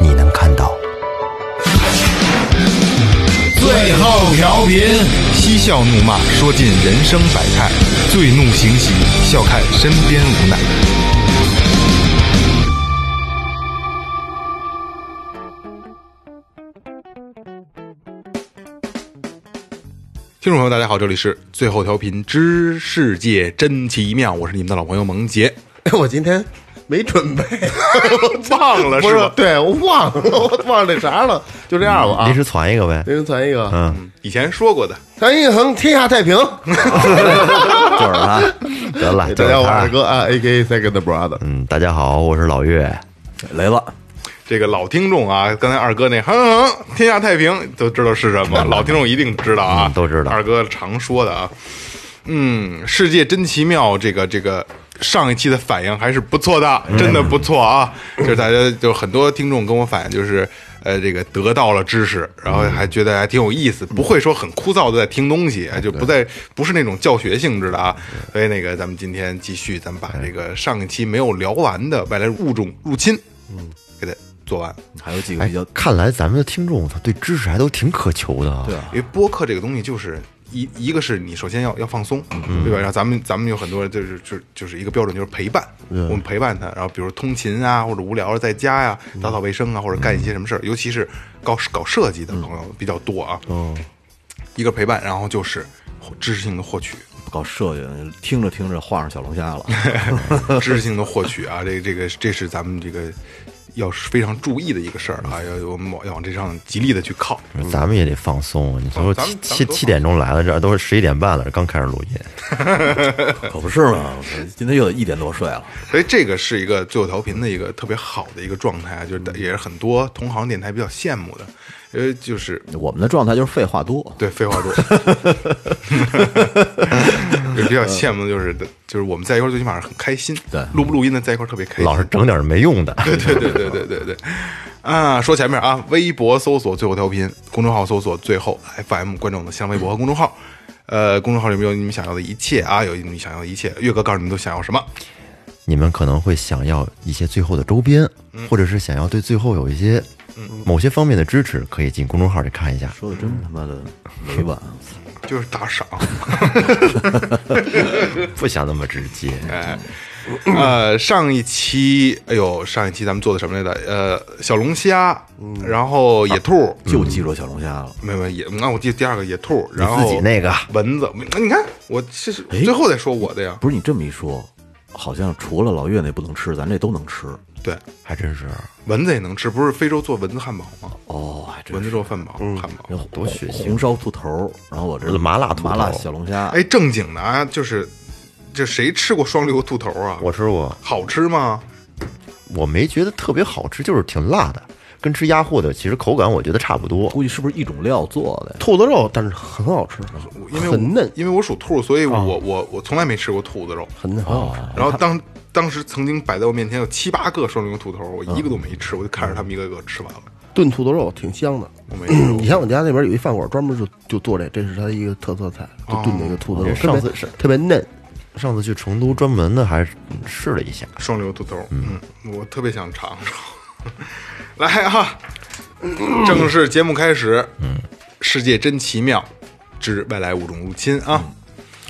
你能看到。最后调频，嬉笑怒骂，说尽人生百态；醉怒行喜，笑看身边无奈。听众朋友，大家好，这里是最后调频之世界真奇妙，我是你们的老朋友萌杰。 我今天没准备， 忘了不是是吧？？对我忘了，我忘了那啥了，就这样吧啊临。时传一个呗，临时传一个，嗯，以前说过的，传一横天下太平。就是他， 得了，就是大家好，我是他二。哥啊，A K A Second Brother。嗯，大家好，我是老岳。雷子，这个老听众啊，刚才二哥那哼哼哼，天下太平都知道是什 么，老听众一定知道啊，嗯都知道二哥常说的啊，嗯，世界真奇妙，这个这个上一期的反应还是不错的，嗯真的不错啊，就是大家就很多听众跟我反映就是。呃，这个得到了知识，然后还觉得还挺有意思，嗯不会说很枯燥的在听东西，就不再不是那种教学性质的啊。所以那个，咱们今天继续，咱们把这个上一期没有聊完的外来物种入侵，嗯，给它做完。啊还有几个哎比较，看来咱们的听众他对知识还都挺渴求的啊。对啊因为播客这个东西就是一一个是你首先要要放松，对吧？然后咱们咱们有很多人就是就是就是一个标准就是陪伴，我们陪伴他，然后比如通勤啊，或者无聊在家呀、打扫卫生啊，或者干一些什么事儿，尤其是搞搞设计的朋友比较多啊。一个陪伴，然后就是知识性的获取，搞设计，听着听着画上小龙虾了。知识性的获取啊，这这个这是咱们这个要非常注意的一个事儿啊，要我们往要往这上极力的去靠。咱们也得放松。你说咱们七咱们七多放松七点钟来了，这都是十一点半了，刚开始录音。可不是嘛，我今天又一点多睡了。所以这个是一个最后调频的一个特别好的一个状态啊，就是也是很多同行电台比较羡慕的，因为就是我们的状态就是废话多，对废话多，就比较羡慕的就是就是我们在一块儿最起码是很开心，对录不录音呢在一块儿特别开心，老是 整点没用的。对对对对对对，啊，说前面啊，微博搜索最后调频，公众号搜索最后 FM，关注我们的新浪微博和公众号。呃，公众号里面有你们想要的一切啊，有你们想要的一切。岳哥告诉你们都想要什么，你们可能会想要一些最后的周边，嗯或者是想要对最后有一些某些方面的支持，可以进公众号里看一下。说的真他妈的委婉。就是打赏。不想那么直接，哎呃，上一期，哎呦，上一期咱们做的什么来着？呃，小龙虾，嗯然后野兔，就记住小龙虾了，没有没有野，那我记得第二个野兔，然后自己那个蚊子，你看我这是哎最后再说我的呀，不是你这么一说，好像除了老岳那不能吃，咱这都能吃。对，还真是蚊子也能吃，不是非洲做蚊子汉堡吗？哦，还真蚊是子做汉堡，嗯汉堡。多血腥！红烧兔头，然后我这麻辣兔头麻辣小龙虾，哎，正经的啊，就是这谁吃过双流兔头啊？我吃过，好吃吗？我没觉得特别好吃，就是挺辣的，跟吃鸭货的其实口感我觉得差不多。估计是不是一种料做的呀？兔子肉，但是很好吃，我因为很嫩我因为我属兔，所以啊我、我我从来没吃过兔子肉。很嫩，很好吃。然后当当时曾经摆在我面前有七八个双流兔头，我一个都没吃，我就看着他们一个个吃完了。炖兔子肉挺香的。我没吃过你像我家那边有一饭馆专门就就做这，这是它一个特色菜，就炖那个兔子肉，特上别次是特别嫩。上次去成都专门的还是试了一下，双流兔头，嗯，我特别想尝尝。 来啊，正式节目开始。嗯，世界真奇妙之外来物种入侵啊。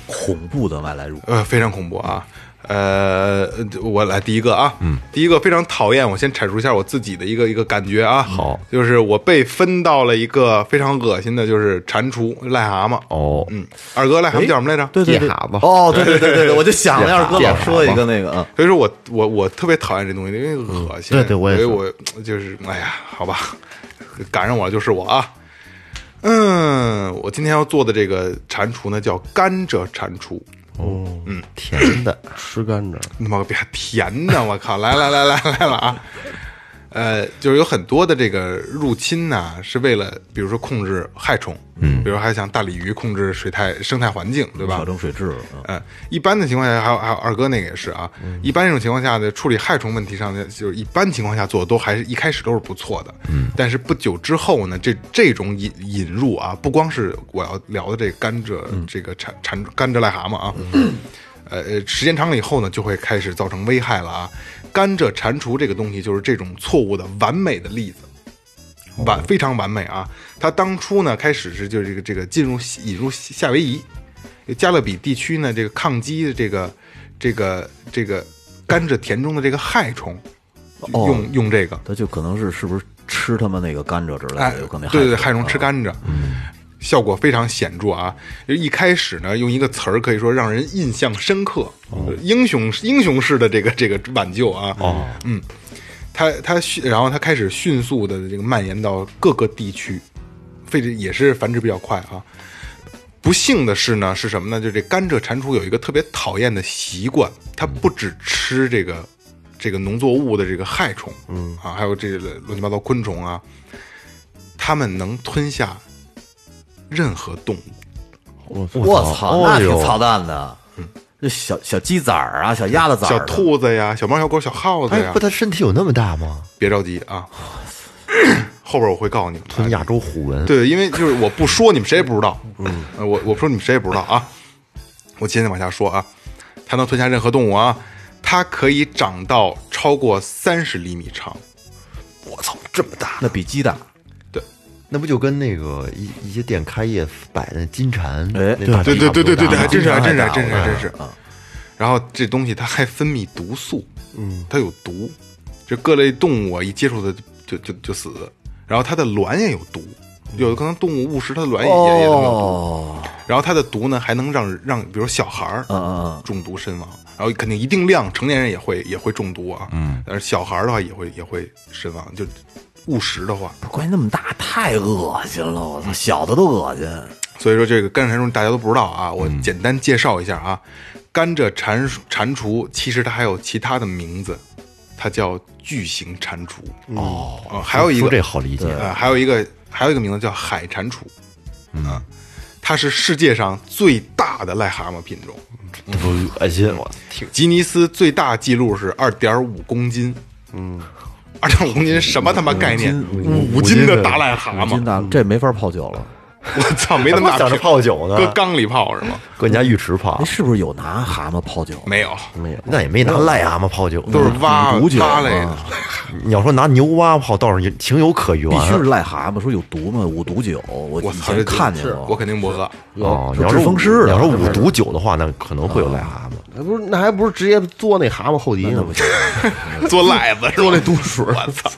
恐怖的外来入，呃，非常恐怖啊。呃，我来第一个啊，嗯，第一个非常讨厌。我先阐述一下我自己的一个一个感觉啊，好，就是我被分到了一个非常恶心的，就是蟾蜍、癞蛤蟆。哦，嗯，二哥，癞蛤蟆叫什么来着？对对夜对，蛤蟆哦，对对对对对，我就想了，二哥夜老蛤蟆说一个那个，嗯，所以说我我我特别讨厌这东西，因为恶心。嗯对对我也所是以我就是哎呀，好吧，赶上我了就是我啊。嗯，我今天要做的这个蟾蜍呢，叫甘蔗蟾蜍。甜的，吃甘蔗，他妈个别甜的，我靠！来来来来来了啊！呃，就是有很多的这个入侵呐、是为了比如说控制害虫，嗯，比如还像大鲤鱼控制水态生态环境，对吧调？整水质，嗯嗯，一般的情况下，还有还有二哥那个也是啊。一般这种情况下的处理害虫问题上呢，就是一般情况下做的都还是一开始都是不错的。嗯，但是不久之后呢，这这种引引入啊，不光是我要聊的这个甘蔗、这个产产甘蔗癞蛤蟆啊，呃呃，时间长了以后呢，就会开始造成危害了啊。甘蔗蟾蜍这个东西就是这种错误的完美的例子。完非常完美啊！它当初呢开始是就是这个这个进入西引入西夏威夷，加勒比地区呢这个抗击的这个这个这个甘蔗田中的这个害虫，哦用用这个它就可能是是不是吃他们那个甘蔗之类哎的，有可能嗯对对对，害害虫吃甘蔗，效果非常显著啊！就一开始呢，用一个词儿可以说让人印象深刻，哦英雄英雄式的这个这个挽救啊！哦，嗯，它它迅，然后它开始迅速的这个蔓延到各个地区，费力也是繁殖比较快啊。不幸的是呢，是什么呢？就这甘蔗蟾蜍有一个特别讨厌的习惯，它不只吃这个这个农作物的这个害虫，嗯啊，还有这个乱七八糟昆虫啊，它们能吞下任何动物。我操，那哎呦挺操蛋的。这小小鸡崽儿啊，小鸭子崽儿小的，兔子呀，小猫、小狗、小耗子哎，呀不，，它身体有那么大吗？别着急 啊，后边我会告诉你们。吞亚洲虎纹，哎对，因为就是我不说，你们谁也不知道。嗯，我我说你们谁也不知道啊。我接着往下说啊，它能吞下任何动物啊，它可以长到超过三十厘米长。我操，这么大，那比鸡大。那不就跟那个一一些店开业摆的那金蝉，哎那大对鸡对差不对对多对对，大还真是还真是还哎真是啊还真是。然后这东西它还分泌毒素，嗯，它有毒，这各类动物啊一接触它就就就就死。然后它的卵也有毒，有的可能动物误食它的卵也也也能有毒。哦，然后它的毒呢还能让让比如小孩儿嗯嗯中毒身亡，然后肯定一定量成年人也会也会中毒啊，嗯，但是小孩儿的话也会也会身亡，就误食的话，嗯，不是关系那么大，太恶心了！我操，小的都恶心。所以说这个甘蔗蟾蜍大家都不知道啊，我简单介绍一下啊，甘蔗蟾蟾蜍其实它还有其他的名字，它叫巨型蟾蜍哦、呃还有一说个这好理解，呃，还有一个还有一个名字叫海蟾蜍，啊，它是世界上最大的癞蛤蟆品种，这不恶心我听吉尼斯最大记录是二点五公斤，嗯，二点五公斤什么他妈概念？五斤的大癞蛤金蟆，大，这没法泡酒了。我操，没那么他妈大想着瓶，泡酒呢搁缸里泡是吗？搁你家浴池泡哎，，是不是有拿蛤蟆泡酒？啊没有，没有，那也没拿癞蛤蟆泡酒，嗯都是蛙五九蛙类的啊，你要说拿牛蛙泡，倒是也情有可原，必须是癞蛤蟆，说有毒吗？五毒酒，我我以操，这前看见过。我肯定不喝。哦，是你要治说风湿的你要说五毒酒的话，那可能会有癞蛤蟆。那不是那还不是直接嘬那蛤蟆后脊呢？啊嗯 做癞子是吧？那毒水，我操！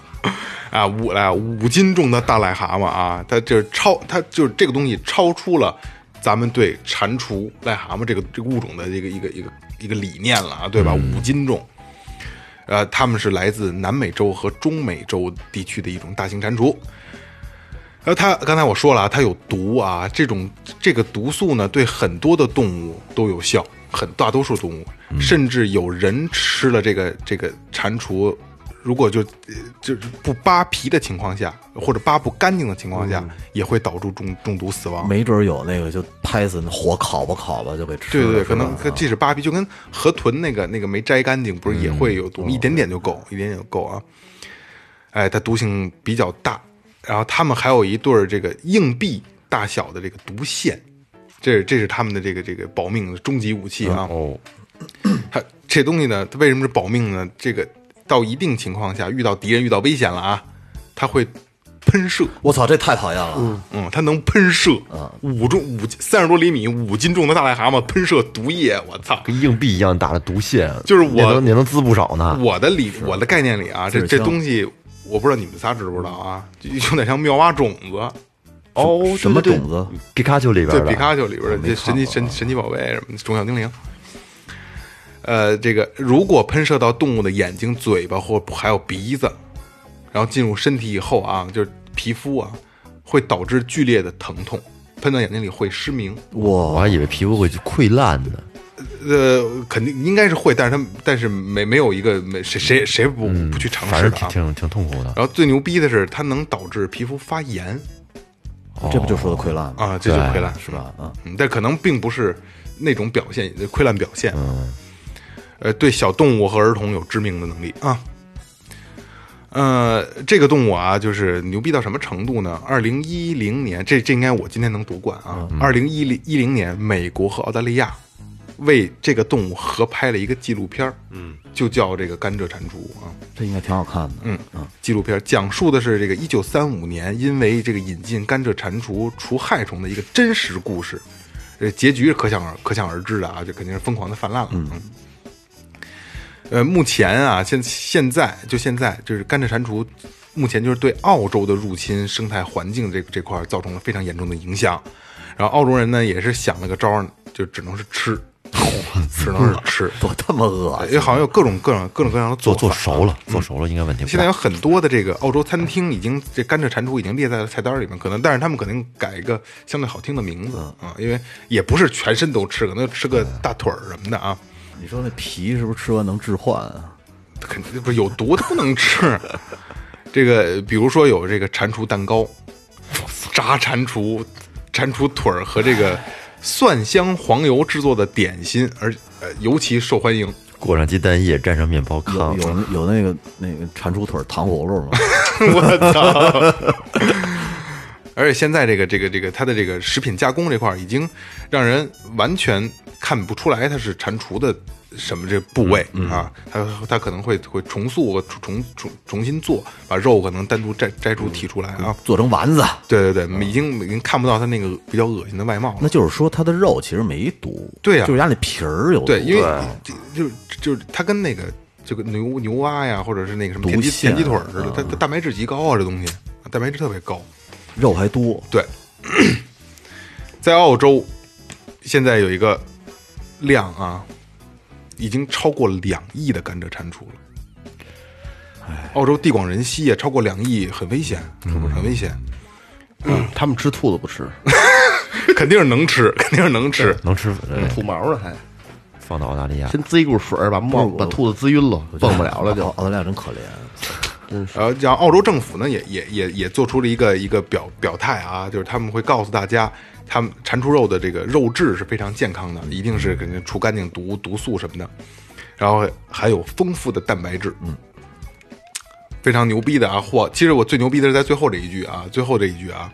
啊，五啊五斤重的大癞蛤蟆啊，它就是超，它就是这个东西超出了咱们对蟾蜍、癞蛤蟆这个这个物种的这个一个一个一个理念了啊，对吧？嗯五斤重，呃，它们是来自南美洲和中美洲地区的一种大型蟾蜍。呃，它刚才我说了啊，它有毒啊，这种这个毒素呢，对很多的动物都有效，很大多数动物，甚至有人吃了这个这个蟾蜍，如果就呃就是不扒皮的情况下，或者扒不干净的情况下，也会导致中中毒死亡。没准儿有那个就拍死，火烤吧烤吧就给吃对了。对对，是可吧能可即使扒皮，就跟河豚那个那个没摘干净，不是也嗯会有毒，一点点就够，一点点就够啊。哎，它毒性比较大，然后他们还有一对儿这个硬币大小的这个毒线，这是这是他们的这个这个保命的终极武器嗯啊。哦，它这东西呢，它为什么是保命呢？这个到一定情况下，遇到敌人遇到危险了啊，它会喷射，我操，这太讨厌了。嗯，它能喷射，嗯五重五三十多厘米五斤重的大癞蛤蟆喷射毒液，我操！跟硬币一样大的毒线，就是也我能也能滋不少嗯呢。我的理我的概念里啊，这自这制枪东西我不知道你们仨知不知道啊，就有点像妙蛙种子，哦，什么对种？子？对皮卡丘里边对的皮卡丘里边的没这看神奇过啊神神奇宝贝什么的种小精灵。呃，这个如果喷射到动物的眼睛、嘴巴或还有鼻子，然后进入身体以后啊，就是皮肤啊，会导致剧烈的疼痛，喷到眼睛里会失明。我还以为皮肤会溃烂呢。呃，肯定应该是会，但是他们但是没没有一个没谁谁谁不不去尝嗯反试正的挺啊。挺挺痛苦的。然后最牛逼的是，它能导致皮肤发炎这不就说的溃烂吗？啊，这就溃烂是吧？嗯，嗯，但可能并不是那种表现，呃溃烂表现。嗯，呃，对小动物和儿童有致命的能力啊。呃，这个动物啊，就是牛逼到什么程度呢？二零一零年，这这应该我今天能夺冠啊！二零一零一零年，美国和澳大利亚为这个动物合拍了一个纪录片嗯，就叫这个甘蔗蟾蜍啊。这应该挺好看的。嗯，纪录片讲述的是这个一九三五年因为这个引进甘蔗蟾蜍除害虫的一个真实故事，呃，结局是可想而可想而知的啊，这肯定是疯狂的泛滥了。嗯，呃，目前啊，现现在就现在就是甘蔗蟾蜍，目前就是对澳洲的入侵生态环境这这块儿造成了非常严重的影响，然后澳洲人呢也是想了个招儿，就只能是吃，只能是吃。多他妈恶也好像有各种各种各种各样的做做做法熟了，做熟了应该问题不现在大有。很多的这个澳洲餐厅已经这甘蔗蟾蜍已经列在了菜单里面，可能但是他们可能改一个相对好听的名字啊，因为也不是全身都吃，可能吃个大腿儿什么的啊，你说那皮是不是吃完能致幻啊？肯定不是有毒它不能吃。 这个比如说有这个蟾蜍蛋糕、炸蟾蜍、蟾蜍腿儿和这个蒜香黄油制作的点心，而呃尤其受欢迎。裹上鸡蛋液，蘸上面包糠有，有有那个那个蟾蜍腿儿糖葫芦吗？ 我操！而且现在这个这个这个它的这个食品加工这块儿已经让人完全看不出来它是蟾蜍的什么这部位、啊，它它可能会会重塑重重重新做，把肉可能单独摘摘出剔出来啊。做成丸子，对对对，已经已经看不到它那个比较恶心的外貌了。那就是说它的肉其实没毒，对呀就是它那皮儿有毒。对，因为就就就是它跟那个这个牛牛蛙呀，或者是那个什么田鸡毒腺田鸡腿儿似的，它它蛋白质极高啊，这东西蛋白质特别高。肉还多，对， 在澳洲现在有一个量啊，已经超过两亿的甘蔗蟾蜍了。澳洲地广人稀也超过两亿，很危险，很危险，他们吃兔子不吃，肯定是能吃，肯定是能吃。能吃呃吐毛了还，放到澳大利亚。先滋一股水儿把梦把兔子滋晕了，蹦不了了就澳。澳大利亚真可怜，呃，然后澳洲政府呢，也也也也做出了一个一个表表态啊，就是他们会告诉大家，他们蟾蜍肉的这个肉质是非常健康的，一定是肯定除干净毒毒素什么的，然后还有丰富的蛋白质，嗯，非常牛逼的啊！嚯，其实我最牛逼的是在最后这一句啊，最后这一句啊，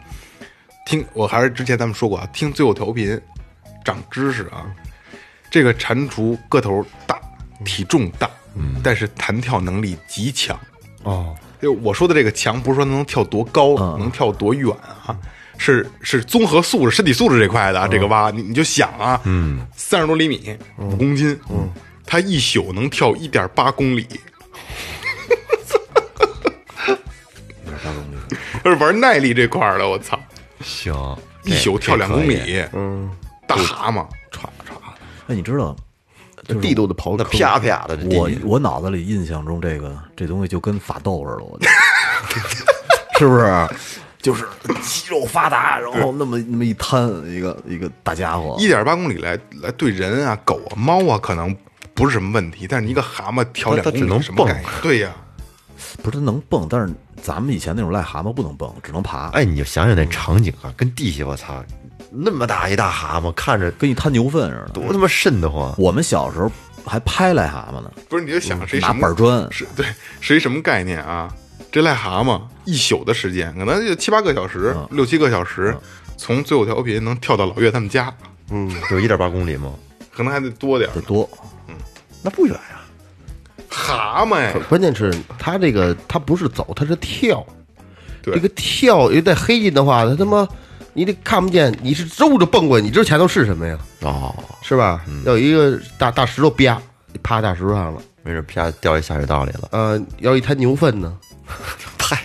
听我还是之前咱们说过啊，听最后调频，长知识啊，这个蟾蜍个头大，体重大，嗯，但是弹跳能力极强。就我说的这个强，不是说能跳多高，嗯能跳多远啊，是是综合素质、身体素质这块嗯的啊。这个蛙，你你就想啊，嗯，三十多厘米，五公斤，嗯，它一宿能跳一点八公里，就是玩耐力这块儿的，我操，行，一宿跳两公这可以里，嗯，大蛤蟆，歘歘，哎，你知道，地都得刨那坑啪啪的，这地我我脑子里印象中这个这东西就跟法斗似的，我觉得 是不是？就是肌肉发达，然后那么那么一摊，一个一个大家伙，一点八公里来来对人啊、狗啊、猫啊，可能不是什么问题，但是你一个蛤蟆它跳两它公只能里，什么蹦概念？对呀、不是它能蹦，但是咱们以前那种癞蛤蟆不能蹦，只能爬，哎，你就想想那场景啊，跟地下我操，那么大一大蛤蟆，看着跟一滩牛粪似的。多他妈瘆得慌。我们小时候还拍癞蛤蟆呢，不是，你就想谁嗯拿什么板砖，是对，是一什么概念啊？这癞蛤蟆一宿的时间，可能就七八个小时、嗯六七个小时，从最后调频能跳到老岳他们家，有一点八公里吗？可能还得多点儿得。多。那不远啊。蛤蟆呀，关键是它这个它不是走，它是跳。对这个跳，因为在黑进的话，它他妈你得看不见，你是周着蹦过去，你知道前头是什么呀？哦，是吧？要有一个大大石头啪，趴大石头上了。没准啪掉一下水道里了。呃，要一滩牛粪呢，太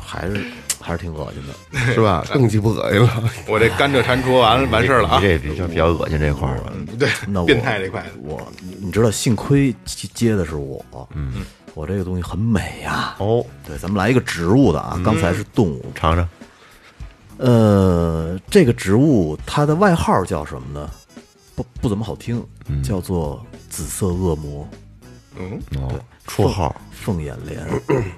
还是还是挺恶心的。是吧？更鸡巴恶心了。我这甘蔗蟾蜍完了完事儿了啊你！这比较比较恶心这块儿吧。对 那，我变态这块，我你你知道，幸亏接接的是我，嗯，我这个东西很美呀、哦，对，咱们来一个植物的啊，嗯刚才是动物。尝尝，呃，这个植物它的外号叫什么呢？不不怎么好听，嗯叫做紫色恶魔、哦，绰号凤眼 莲。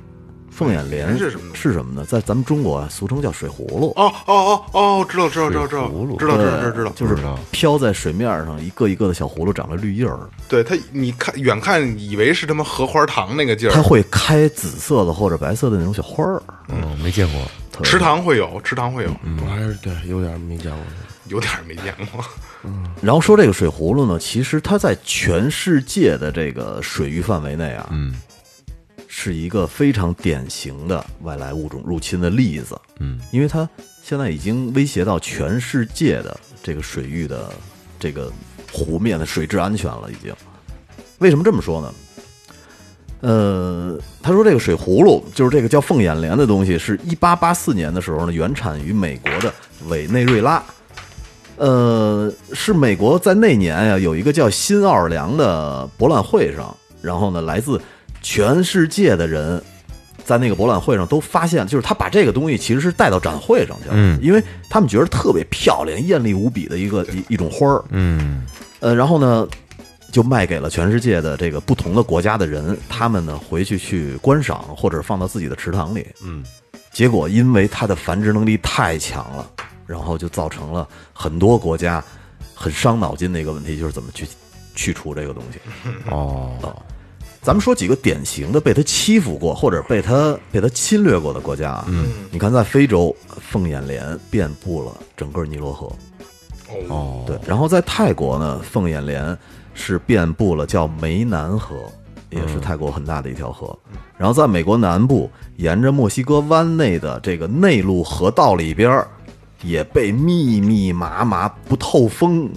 凤眼莲是什么呢是什么呢？在咱们中国啊，俗称叫水葫芦。哦哦哦哦，知道知道知道知道知道知道知道知道，就是飘在水面上，一个一个的小葫芦长了绿叶儿，对他，你看远看以为是他妈荷花糖那个劲它儿，会开紫色的或者白色的那种小花儿。嗯，没见过，池塘会有，池塘嗯会有，我还是对有点没见过。有点没见过。然后说这个水葫芦呢，其实它在全世界的这个水域范围内啊，嗯，是一个非常典型的外来物种入侵的例子。嗯，因为它现在已经威胁到全世界的这个水域的这个湖面的水质安全了，已经。为什么这么说呢？呃，他说这个水葫芦就是这个叫凤眼莲的东西，是一八八四年的时候呢，原产于美国的委内瑞拉。呃，是美国在那年呀、有一个叫新奥尔良的博览会上，然后呢，来自全世界的人在那个博览会上都发现，就是他把这个东西其实是带到展会上去了，嗯因为他们觉得特别漂亮、艳丽无比的一个一一种花儿，嗯，呃，然后呢，就卖给了全世界的这个不同的国家的人，他们呢回去去观赏或者放到自己的池塘里。嗯，结果因为它的繁殖能力太强了，然后就造成了很多国家很伤脑筋的一个问题，就是怎么去去除这个东 西。啊哦，咱们说几个典型的被它欺负过或者被它被它侵略过的国家啊，嗯，你看在非洲，凤眼莲遍布了整个尼罗河，哦，对，然后在泰国呢，凤眼莲是遍布了叫湄南河，也是泰国很大的一条河。然后在美国南部，沿着墨西哥湾内的这个内陆河道里边儿，也被密密麻麻不透风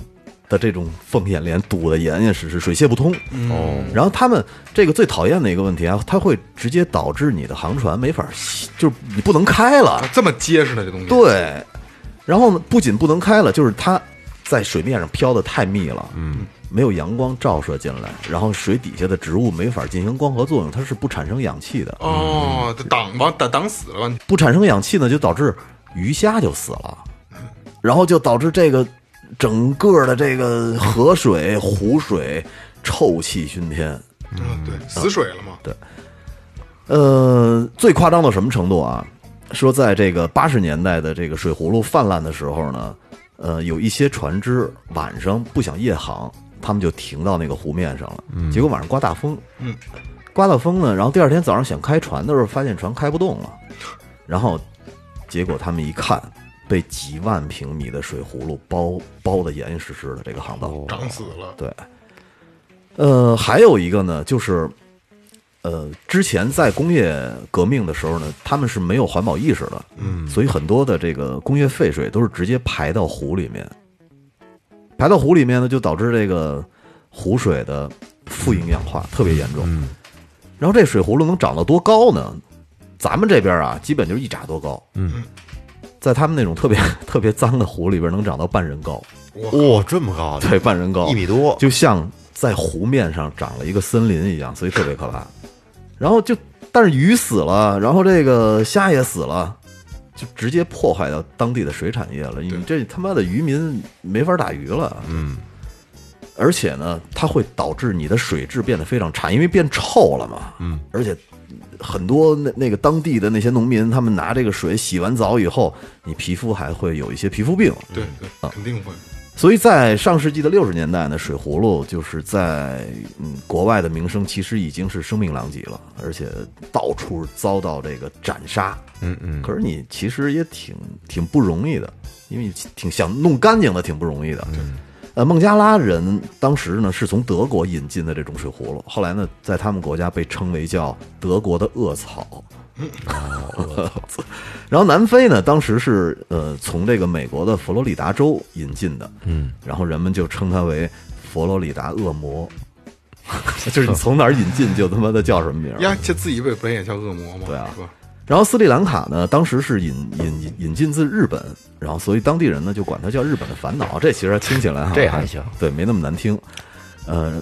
的这种凤眼莲堵得严严实实，水泄不通。哦，然后他们这个最讨厌的一个问题啊，它会直接导致你的航船没法西，就是你不能开了。啊这么结实呢，这东西。，对，然后呢，不仅不能开了，就是它在水面上飘的太密了，嗯，没有阳光照射进来，然后水底下的植物没法进行光合作用，它是不产生氧气的，哦，这挡吧，挡挡死了吧？不产生氧气呢，就导致鱼虾就死了，然后就导致这个整个的这个河水、湖水臭气熏天，嗯，对，死水了嘛。呃，最夸张到什么程度啊？说在这个八十年代的这个水葫芦泛滥的时候呢，呃，有一些船只晚上不想夜航，他们就停到那个湖面上了。结果晚上刮大风，嗯，刮到风呢，然后第二天早上想开船的时候，发现船开不动了，然后结果他们一看，被几万平米的水葫芦包包的严严实实的这个航道。哦长死了，对，呃，还有一个呢，就是，呃，之前在工业革命的时候呢，他们是没有环保意识的，嗯，所以很多的这个工业废水都是直接排到湖里面，排到湖里面呢，就导致这个湖水的富营养化特别严重。嗯，然后这水葫芦能长到多高呢？咱们这边啊，基本就是一拃多高。嗯，在他们那种特别 特别脏的湖里边，能长到半人高，哇，这么高，对，，半人高，一米多，就像在湖面上长了一个森林一样，所以特别可怕。然后就，但是鱼死了，然后这个虾也死了，就直接破坏到当地的水产业了。你这他妈的渔民没法打鱼了。嗯。而且呢，它会导致你的水质变得非常差，因为变臭了嘛。嗯。而且很多那那个当地的那些农民，他们拿这个水洗完澡以后，你皮肤还会有一些皮肤病。对对，肯定会。所以在上世纪的六十年代呢，水葫芦就是在嗯国外的名声其实已经是声名狼藉了，而且到处遭到这个斩杀。嗯嗯。可是你其实也挺挺不容易的，因为你挺想弄干净的，挺不容易的。嗯。呃，孟加拉人当时呢是从德国引进的这种水葫芦，后来呢在他们国家被称为叫德国的恶草。 然后南非呢，当时是呃从这个美国的佛罗里达州引进的，嗯，然后人们就称它为佛罗里达恶魔， 就是你从哪儿引进就他妈的叫什么名儿。呀，这自己不本也叫恶魔吗？对啊是吧？然后斯里兰卡呢，当时是引引引引进自日本，然后所以当地人呢就管它叫日本的烦恼，这其实听起来哈这还行，对，没那么难听。呃，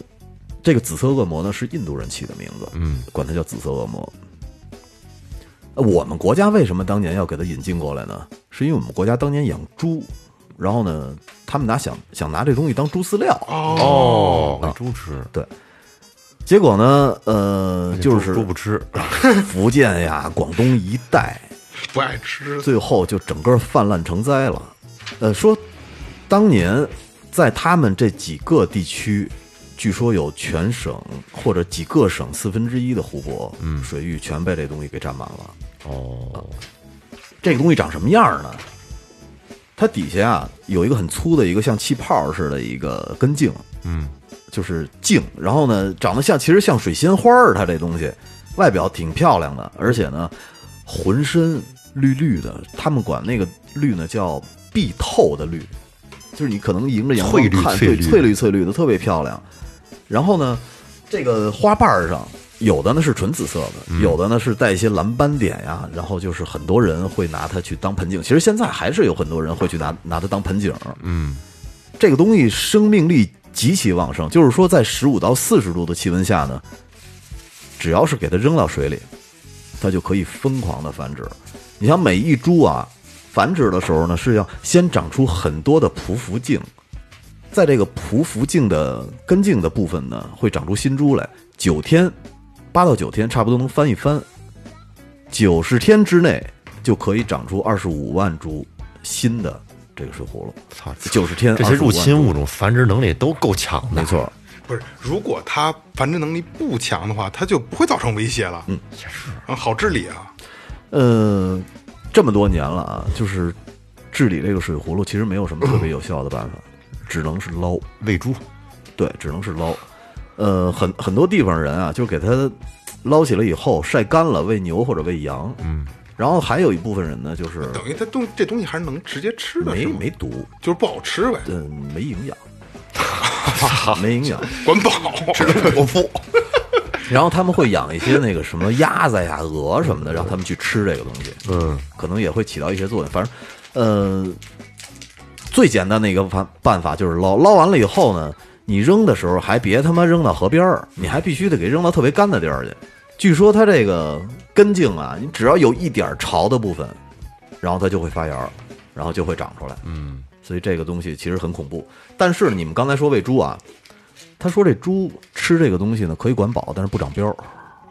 这个紫色恶魔呢是印度人起的名字，嗯，管它叫紫色恶魔。呃我们国家为什么当年要给它引进过来呢？是因为我们国家当年养猪，然后呢，他们拿想想拿这东西当猪饲料，哦，给猪吃，结果呢，呃，就是猪不吃，福建呀、广东一带，不爱吃，最后就整个泛滥成灾了。呃，说当年在他们这几个地区，据说有全省或者几个省四分之一的湖泊、水域全被这东西给占满了。啊哦，这个东西长什么样儿呢？它底下啊有一个很粗的一个像气泡似的一个根茎，嗯，就是茎，然后呢长得像其实像水仙花儿，它这东西外表挺漂亮的，而且呢浑身绿绿的，他们管那个绿呢叫碧透的绿，就是你可能迎着阳光翠绿看，翠对绿翠绿翠绿的特别漂亮。然后呢，这个花瓣儿上有的呢是纯紫色的，有的呢是带一些蓝斑点呀。然后就是很多人会拿它去当盆景，其实现在还是有很多人会去拿拿它当盆景。嗯，这个东西生命力极其旺盛，就是说在十五到四十度的气温下呢，只要是给它扔到水里，它就可以疯狂的繁殖。你像每一株啊，繁殖的时候呢，是要先长出很多的匍匐茎，在这个匍匐茎的根茎的部分呢，会长出新株来。九天，八到九天，差不多能翻一番。九十天之内就可以长出二十五万株新的这个水葫芦。操，九十天，这些入侵25万株物种繁殖能力都够强的，没错，不是？如果它繁殖能力不强的话，它就不会造成威胁了。嗯，也是，好治理啊。呃，这么多年了啊，就是治理这个水葫芦，其实没有什么特别有效的办法，只能是捞，喂猪，对，只能是捞。呃，很很多地方人啊，就给它捞起来以后晒干了喂牛或者喂羊，嗯，然后还有一部分人呢，就是等于它东这东西还是能直接吃的，没是吗没毒，就是不好吃呗，嗯、没营养， 没营养。管饱， 吃的果腹。然后他们会养一些那个什么鸭子呀、鹅什么的，让他们去吃这个东西。嗯，可能也会起到一些作用。反正，呃，最简单的一个办办法就是捞，捞完了以后呢，你扔的时候还别他妈扔到河边儿，你还必须得给扔到特别干的地儿去。据说它这个根茎啊，你只要有一点儿潮的部分，然后它就会发芽儿，然后就会长出来。嗯，所以这个东西其实很恐怖。但是你们刚才说喂猪啊，他说这猪吃这个东西呢可以管饱，但是不长膘儿，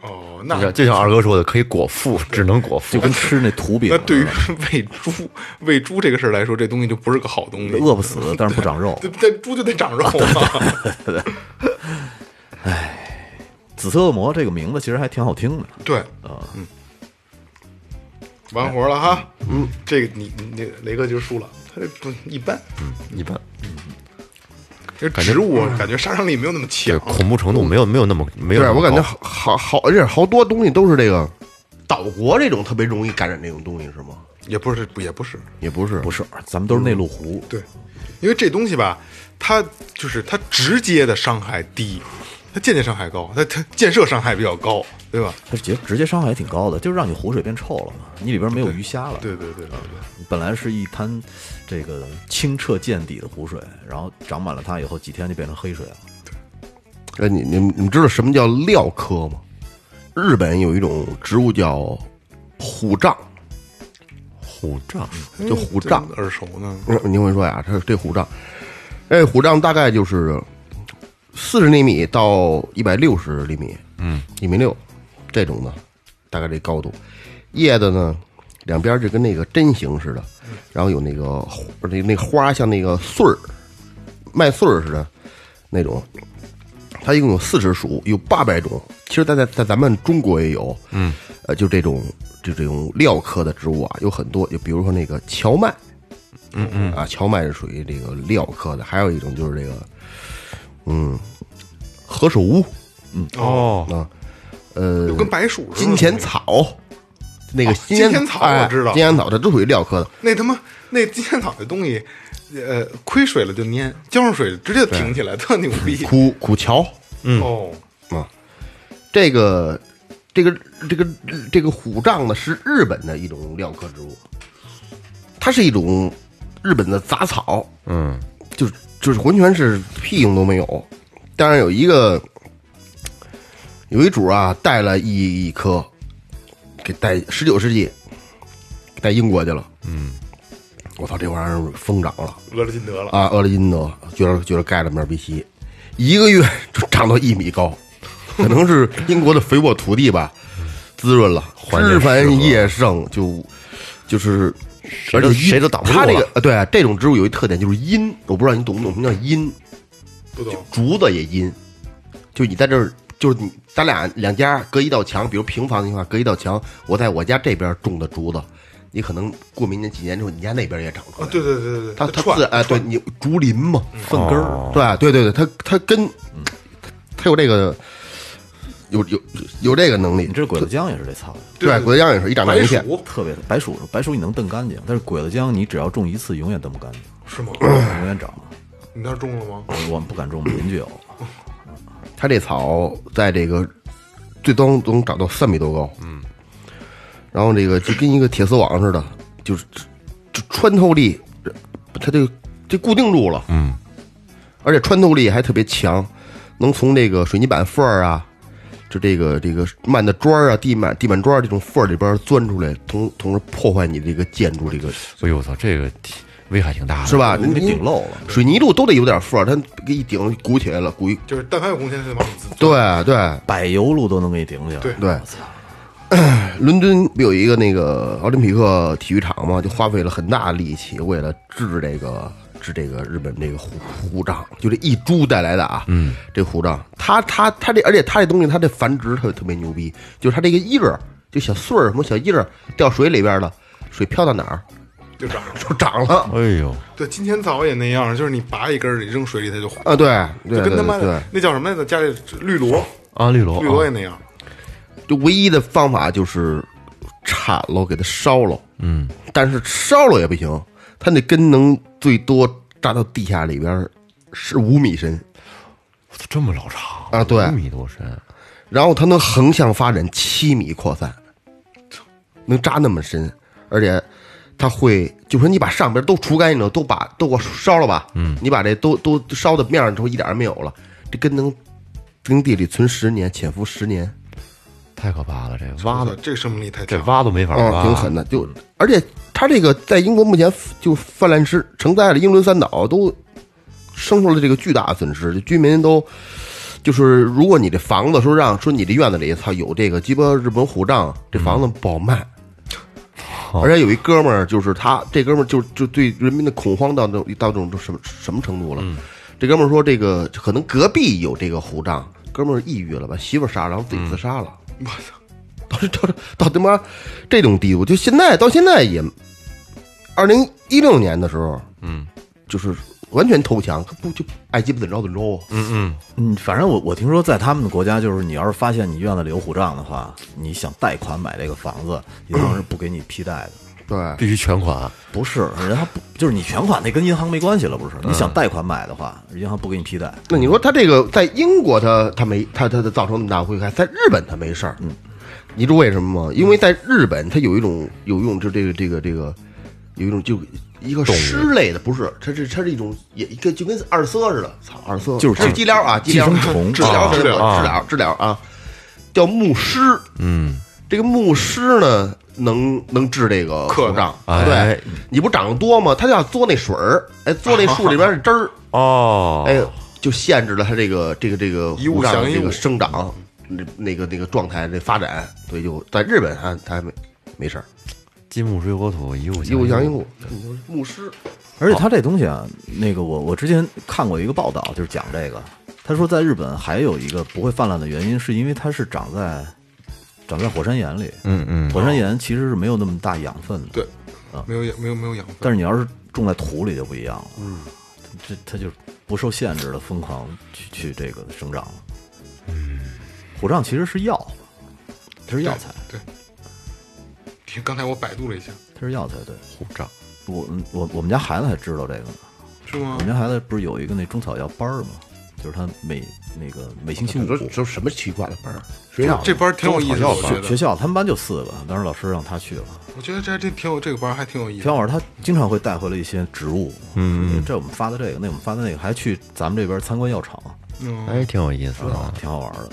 哦，就 那像就像二哥说的，可以果腹，只能果腹就，跟吃那土饼那似对于的，喂猪喂猪这个事儿来说，这东西就不是个好东西。饿不死，但是不长肉。对，这猪就得长 肉啊嘛。紫色恶魔这个名字其实还挺好听的。对，啊嗯，完活了哈。哎嗯，这个你你雷哥就输了，他这不一般。嗯一般，这植物感觉杀伤力没有那么对，强，呃恐怖程度没有没有那么没有对那么我感觉高好好好，而且好多东西都是这个岛国这种特别容易感染这种东西是吗？也不是也不是，也不是，不是，咱们都是内陆湖，对，因为这东西吧，它就是它直接的伤害低，它间接伤害高，它它建设伤害比较高，对吧？它直接直接伤害也挺高的，就是让你湖水变臭了嘛，你里边没有鱼虾了。对对对对对。本来是一滩这个清澈见底的湖水，然后长满了它以后，几天就变成黑水了。哎，你你们你们知道什么叫醬科吗？日本有一种植物叫虎杖，虎杖，就虎杖，耳熟呢，嗯您会说呀，它这虎杖，哎，虎杖大概就是四十厘米到一百六十厘米，嗯，一米六这种的，大概这高度。叶子呢，两边就跟那个针形似的，然后有那个花那那花像那个穗儿，麦穗儿似的那种。它一共有四十属，有八百种。其实在在在咱们中国也有，嗯，呃，就这种就这种醬科的植物啊，有很多，就比如说那个荞麦，嗯嗯啊，荞麦是属于这个醬科的，还有一种就是这个，嗯，何首乌，哦，呃就，跟白鼠似的。金钱草，那个哦金钱金钱草哎我知道金钱草这都属于醬科的，那他妈那金钱草的东西，呃，亏水了就蔫，浇上水直接挺起来，特牛逼。苦苦荞，哦，这个这个这个这个虎杖呢是日本的一种醬科植物，它是一种日本的杂草，嗯，就是就是完全是屁用都没有。当然有一个有一主啊带了一一颗，给带十九世纪带英国去了，嗯，我操，这玩意儿疯长了俄勒金德了，啊！俄勒金德觉得觉得盖了面壁西，一个月 就长到一米高，可能是英国的肥沃土地吧，滋润了，枝繁叶盛，就就是。而且都阴谁都挡不住它这个了呃对、这种植物有一特点就是阴，我不知道你懂不懂什么叫阴。不懂竹子也阴，就你在这儿，就是你咱俩两家隔一道墙，比如平房的话，隔一道墙，我在我家这边种的竹子，你可能过明年几年之后，你家那边也长出啊来，。对对对对，它它串自哎，对你竹林嘛，粪根儿，对对对对，它它跟它有这个有有有这个能力你。这鬼子姜也是这操的，对，鬼子姜也是一长大白一片，薯特别白薯，白薯你能炖干净，但是鬼子姜你只要种一次，永远炖不 干净，是吗？永远长。你那儿种了吗？我们不敢种，我们邻居有。它这草在这个最高能长到三米多高，嗯，然后这个就跟一个铁丝网似的，就是就穿透力，它就就固定住了，嗯，而且穿透力还特别强，能从这个水泥板缝儿啊，就这个这个慢的砖儿啊、地板地板砖儿这种缝儿里边儿钻出来，同同时破坏你这个建筑这个哎呦我操，这个挺危害挺大的，是？吧？你你顶漏了，水泥路都得有点缝儿，它一顶鼓起来了，鼓一就是但凡有空闲，他就把你自己对对。柏油路都能给你顶起来。对对 我操，伦敦不有一个那个奥林匹克体育场嘛，就花费了很大的力气，为了治这个治这个日本这个虎虎杖，就这一株带来的啊，嗯，这虎杖，它它它这，而且它这东西它这繁殖特特别牛逼，就是它这个叶儿，就小穗儿什么小叶儿掉水里边了，水飘到哪儿就长了。就长了哎呦，对，金钱草也那样，就是你拔一根儿，你扔水里它就活，啊，对对就对跟他妈对的，那叫什么来着？家里绿萝，啊，绿萝，绿萝也啊那样。就唯一的方法就是铲喽，给它烧喽。嗯，但是烧喽也不行，它那根能最多扎到地下里边儿是五米深，这么老长啊对五米多深，然后它能横向发展七米扩散，能扎那么深，而且它会就说你把上边都除干净了，都把都给我烧了吧，嗯，你把这都都烧的面儿之后一点儿也没有了，这根能跟地里存十年，潜伏十年。太可怕了，这挖我的操这个生命力太这强了。挖都没法啊，挖，挺狠的。就而且它这个在英国目前就泛滥之承载了英伦三岛都生出了这个巨大的损失，就居民都就是如果你这房子说让说你这院子里操有这个鸡巴日本虎杖，这房子不好卖。而且有一哥们儿，就是他，这哥们儿就就对人民的恐慌到这种到这种什么什么程度了？这哥们儿说，这个可能隔壁有这个虎杖，哥们儿抑郁了，把媳妇儿杀了，然后自己自杀了。我操， 到这到这到他妈这种地步，就现在到现在也，二零一六年的时候，嗯，就是完全投降，不就爱鸡巴怎么着怎么着啊？嗯，嗯，反正我我听说在他们的国家，就是你要是发现你院子里有虎杖的话，你想贷款买这个房子，银行是不给你批贷的。对，必须全哎款，不是，人家不就是你全款那跟银行没关系了，不是？你想贷款买的话，银行不给你批贷。那你说他这个在英国他他没他他他造成那么大危害，在日本他没事儿，嗯，你知道为什么吗？因为在日本他有一种有一种就这个这个这个有一种就一个尸类的，不是，它是它是一种也一个就跟二疴似的，操二疴就是治鸡疗啊，寄鸡疗寄生虫治疗治治疗疗治疗治疗啊，叫牧师，嗯，这个牧师呢，能能治这个克口胀，哎对，你不长得多吗？他就要嘬那水儿，哎，嘬 那树里边的汁儿，哦，哎，就限制了他这个这个这个一物口胀降的一这个物生长，那那个那个状态的发展，所以就在日本他他还没没事儿，金木水火土，一物一物降一一物，牧师而且他这东西啊，那个我我之前看过一个报道，就是讲这个，他说在日本还有一个不会泛滥的原因，是因为它是长在长在火山岩里，嗯嗯，火山岩其实是没有那么大养分的，对，没有养没有没有养分。但是你要是种在土里就不一样了，嗯，这它就不受限制的疯狂去去这个生长了。嗯虎杖其实是药，它是药材，对。听刚才我百度了一下，它是药材，对。虎杖，我我我们家孩子还知道这个呢。是吗我们？家孩子不是有一个那中草药班儿吗？就是他每那个每星期你五说，这什么奇怪的班儿？这这班儿挺有意思的，我觉学学得。校他们班就四个，当时老师让他去了。我觉得这这挺有这个班儿还挺有意田思。老师他经常会带回来一些植物，嗯，这我们发的这个，那我们发的那个，还去咱们这边参观药厂，嗯哎，挺有意思的。挺好玩的。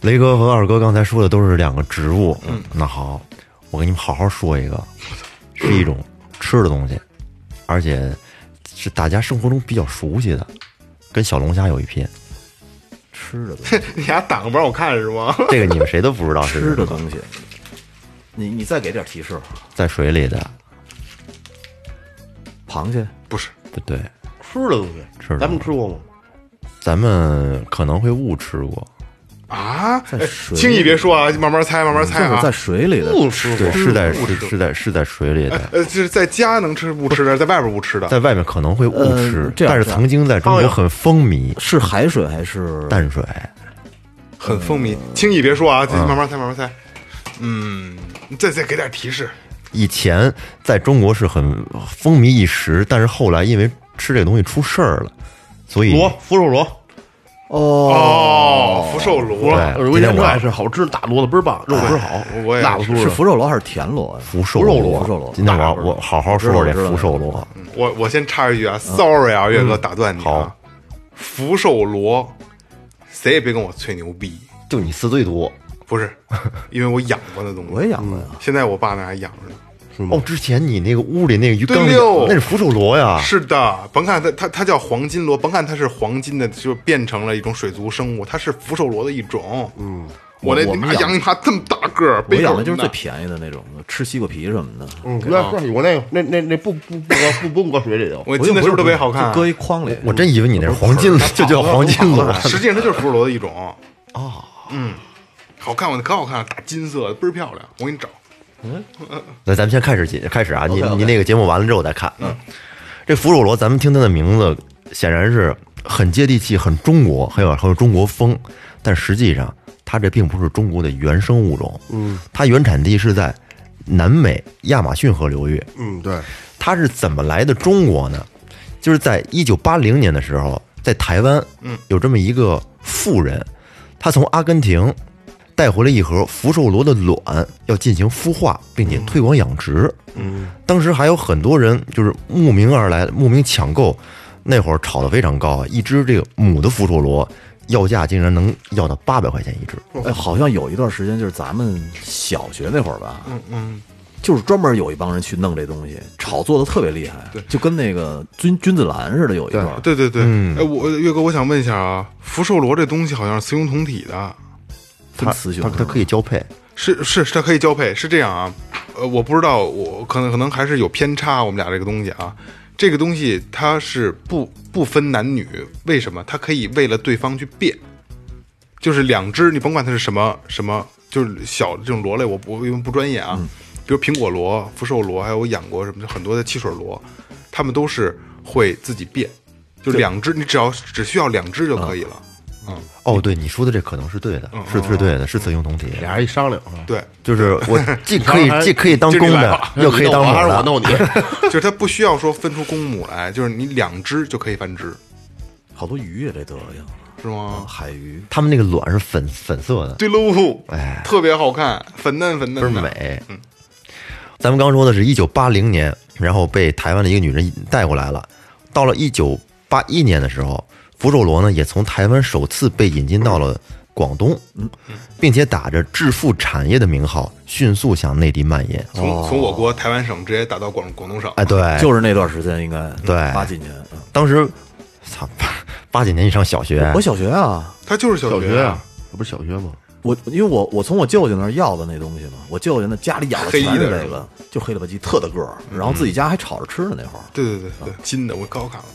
雷哥和二哥刚才说的都是两个植物，嗯，那好，我给你们好好说一个，是一种吃的东西，而且是大家生活中比较熟悉的，跟小龙虾有一 拼。吃的东西，你俩挡不让我看是吗？这个你们谁都不知道是吃什的么，东西。你你再给点提示，在水里的，螃蟹不是，不对，吃的东西，吃的咱们吃过吗？咱们可能会误吃过，啊，在水里，轻易别说啊，慢慢猜，慢慢猜嗯这啊是。在水里的，哎不吃过对，是在误是吃是在是在水里的，呃，就是在家能吃不吃的，在外边不吃的。在外面可能会误吃呃，这样但是这样曾经在中哎国呀很风靡，是海水还是？淡水很风靡，轻易别说啊，自己慢慢猜，慢慢猜。嗯，再再给点提示，以前在中国是很风靡一时，但是后来因为吃这个东西出事儿了，所以螺，福寿螺，哦，福寿螺，对呃，今味天鲜我爱是好吃，大骡子倍儿棒，肉质好，我也辣不酥是的。福寿螺还是田螺呀？福寿福螺，寿螺福寿螺今天我要大个儿我好好说我说知道这福寿我知螺，我我先插一句啊，sorry 嗯啊，岳哥打断你啊好，福寿螺，谁也别跟我吹牛逼，就你四最多不 是，因为我养过那东我西，也养过嗯呀。现在我爸那还养着呢。哦。之前你那个屋里那个鱼缸对里溜那是福寿螺啊呀，是的，甭看它它它叫黄金螺，甭看它是黄金的，就变成了一种水族生物，它是福寿螺的一种。嗯，我那我妈们养养一妈这么大个儿，我背养着的就是呢最便宜的那种，吃西瓜皮什么的。嗯，那是我那个，那那那不不不搁不不不搁水里头，我我记得是不是特别好看啊就？搁一筐里。我真以为你那是黄金，就叫黄金螺。 实际上它就是福寿螺的一种。哦，嗯，好看，我可好看了，大金色的，倍儿漂亮。我给你找，那咱们先开始节开始啊，你你那个节目完了之后再看。嗯，这福寿螺，咱们听它的名字，显然是很接地气、很中国，很有很有中国风，但实际上它这并不是中国的原生物种。嗯，它原产地是在南美亚马逊河流域。嗯，对，它是怎么来的中国呢？就是在一九八零年的时候，在台湾，嗯，有这么一个富人，他从阿根廷带回了一盒福寿螺的卵，要进行孵化，并且推广养殖。嗯，当时还有很多人就是慕名而来，慕名抢购。那会儿炒得非常高啊，一只这个母的福寿螺要价竟然能要到八百块钱一只。哎，好像有一段时间就是咱们小学那会儿吧，嗯嗯，就是专门有一帮人去弄这东西，炒作的特别厉害，对，就跟那个君君子兰似的，有一段儿，对对对，哎，我岳哥，我想问一下啊，福寿螺这东西好像是雌雄同体的，分雌雄它，它可以交配，是是，它可以交配，是这样啊？呃，我不知道，我可能可能还是有偏差，我们俩这个东西啊，这个东西它是不不分男女，为什么？它可以为了对方去变，就是两只，你甭管它是什么什么，就是小这种螺类，我不我因为不专业啊，比如苹果螺、福寿螺，还有我养过什么很多的汽水螺，它们都是会自己变，就两只，你只要只需要两只就可以了，哦，对，你说的这可能是对的，是是对的，是雌雄同体。俩人一商量，啊对。就是我既可以还既可以当就公 你来的吧，又可以当我母还是我的。弄你，就是它不需要说分出公母来，就是你两只就可以繁殖，好多鱼也这德行，是吗？海鱼，他们那个卵是粉粉色的，对喽，哎，特别好看，粉嫩粉倍儿嫩的，美。咱们刚说的是一九八零年，然后被台湾的一个女人带过来了。到了一九八一年的时候，福寿螺呢也从台湾首次被引进到了广东，并且打着致富产业的名号，迅速向内地蔓延。从从我国台湾省直接打到广广东省，哦哎，对，就是那段时间应该对八几年，嗯当时，操，八八几年你上小学我，小学啊，它就是小小学学啊，，这不是小学吗？我因为我我从我舅舅那儿要的那东西嘛，我舅舅那家里养的黑全的是是这个，就黑了吧唧，特大个儿，然后自己家还炒着吃呢那会儿，对对对对，哦金的我高看了，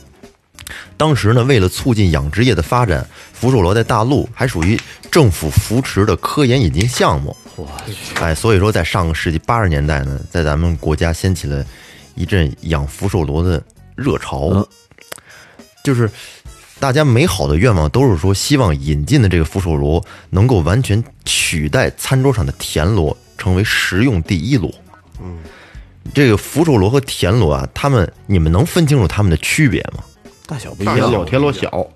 当时呢，为了促进养殖业的发展，福寿螺在大陆还属于政府扶持的科研引进项目。我去，哎，所以说在上个世纪八十年代呢，在咱们国家掀起了一阵养福寿螺的热潮嗯，就是大家美好的愿望都是说，希望引进的这个福寿螺能够完全取代餐桌上的田螺，成为食用第一螺。嗯，这个福寿螺和田螺啊，它们你们能分清楚它们的区别吗？大小不一田螺样，田螺小，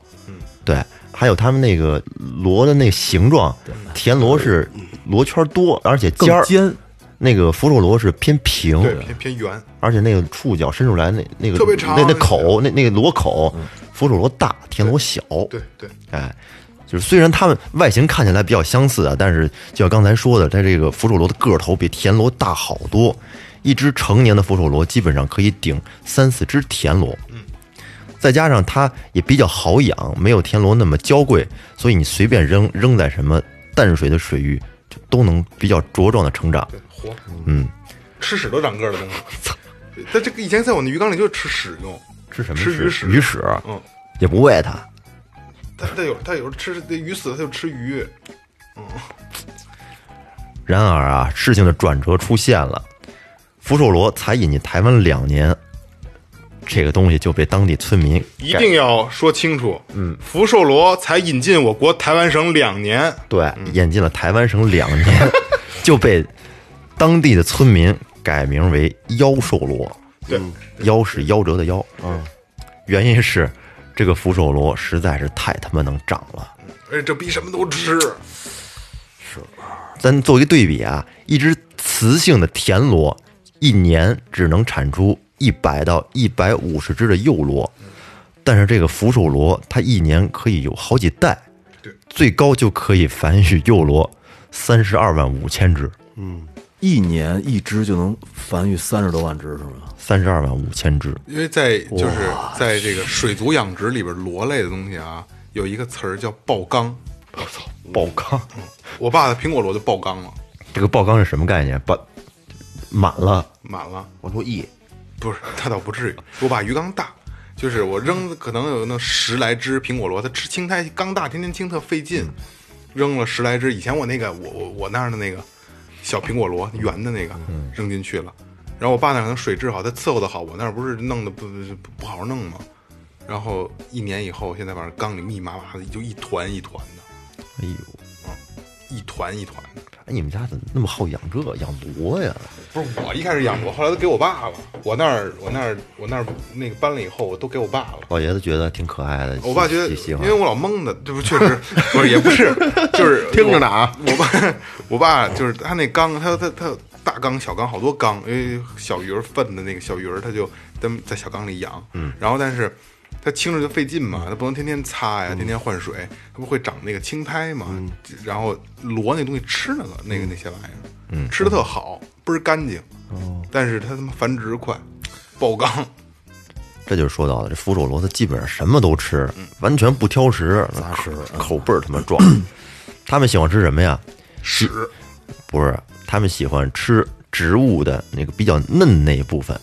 对，还有他们那个螺的那个形状，田螺是螺圈多，而且尖更儿；尖，那个福寿螺是偏平，对偏偏圆，而且那个触角伸出来那那个特别长嗯那那口那那个螺口，福寿螺大，田螺小。对对，哎，就是虽然它们外形看起来比较相似啊，但是就像刚才说的，它这个福寿螺的个头比田螺大好多，一只成年的福寿螺基本上可以顶三四只田螺。再加上它也比较好养，没有田螺那么娇贵，所以你随便扔扔在什么淡水的水域，就都能比较茁壮的成长。活嗯，吃屎都长个儿的东西。但这个以前在我那鱼缸里就是吃屎用，吃什么吃屎？鱼屎鱼屎嗯，也不喂它。它它有它有时候吃那鱼死了它就吃鱼，然而啊，事情的转折出现了，福寿螺才引进台湾两年，这个东西就被当地村民一定要说清楚。嗯，福寿螺才引进我国台湾省两年，对引进了台湾省两 年，就被当地的村民改名为妖寿螺。对，夭是夭折的夭，嗯，原因是这个福寿螺实在是太他妈能长了。而且这逼什么都吃，咱做一个对比啊，一只雌性的田螺一年只能产出一百到一百五十只的幼螺，但是这个福寿螺它一年可以有好几代对，最高就可以繁育幼螺三十二万五千只，一年一只就能繁育三十多万只，是吗？三十二万五千只。因为在就是在这个水族养殖里边，螺类的东西啊，有一个词儿叫爆缸。爆缸，我爸的苹果螺就爆缸了， 这个爆缸是什么概念？把满了，满了。往出溢，不是，他倒不至于。我把鱼缸大， 就是我扔可能有那十来只苹果螺，它吃青苔缸大，天天清特费劲，扔了十来只。以前我那个我我我那儿的那个小苹果螺，圆的那个，扔进去了。然后我爸那儿可能水质好，他伺候的好，我那儿不是弄的不不不不好好弄吗？然后一年以后，现在反正缸里密麻麻的，就一团一团的，哎呦，一团一团的。哎，你们家怎么那么好养这养螺呀？不是我一开始养过，后来都给我爸了。我那儿我那儿我那儿那个搬了以后，我都给我爸了。老爷子觉得挺可爱的，我爸觉得，喜喜因欢为我老蒙的，这不确实不是也不是，就是听着呢啊。我。我爸，我爸就是他那缸，他他他大缸、小缸好多缸，因为小鱼儿粪的那个小鱼儿，他就在在小缸里养。嗯，然后但是他清着就费劲嘛，他不能天天擦呀，天天换水，它不会长那个青苔嘛。然后螺那东西吃那个那个那些玩意儿，嗯，吃的特好，倍儿干净。哦，但是它他妈繁殖快，爆缸。这就是说到的，这福寿螺它基本上什么都吃，完全不挑食，嗯杂食，嗯口倍儿他妈壮。 他们喜欢吃什么呀？屎，不是，他们喜欢吃植物的那个比较嫩那一部分。